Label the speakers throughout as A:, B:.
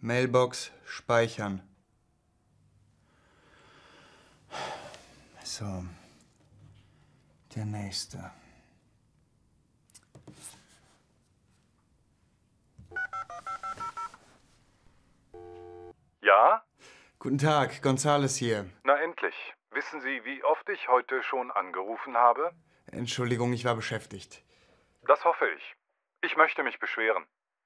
A: Mailbox speichern. So. Der nächste.
B: Ja?
A: Guten Tag, Gonzales hier.
B: Na endlich. Wissen Sie, wie oft ich heute schon angerufen habe?
A: Entschuldigung, ich war beschäftigt.
B: Das hoffe ich. Ich möchte mich beschweren.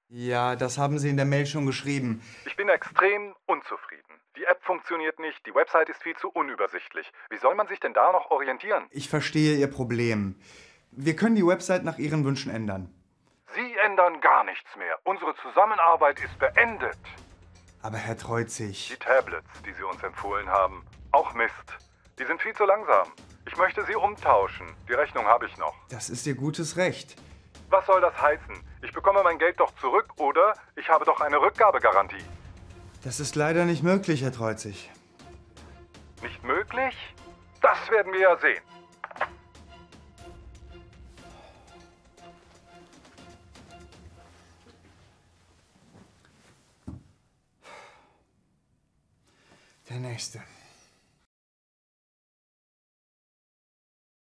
A: Ja, das haben Sie in der Mail schon geschrieben.
B: Ich bin extrem unzufrieden. Die App funktioniert nicht, die Website ist viel zu unübersichtlich. Wie soll man sich denn da noch orientieren?
A: Ich verstehe Ihr Problem. Wir können die Website nach Ihren Wünschen ändern.
B: Sie ändern gar nichts mehr. Unsere Zusammenarbeit ist beendet.
A: Aber Herr Treuzig,
B: Die Tablets, die Sie uns empfohlen haben, auch Mist. Die sind viel zu langsam. Ich möchte sie umtauschen. Die Rechnung habe ich noch.
A: das ist Ihr gutes Recht.
B: Was soll das heißen? Ich bekomme mein Geld doch zurück oder ich habe doch eine Rückgabegarantie.
A: Das ist leider nicht möglich, Herr Treuzig.
B: Nicht möglich? Das werden wir ja sehen.
A: Der nächste.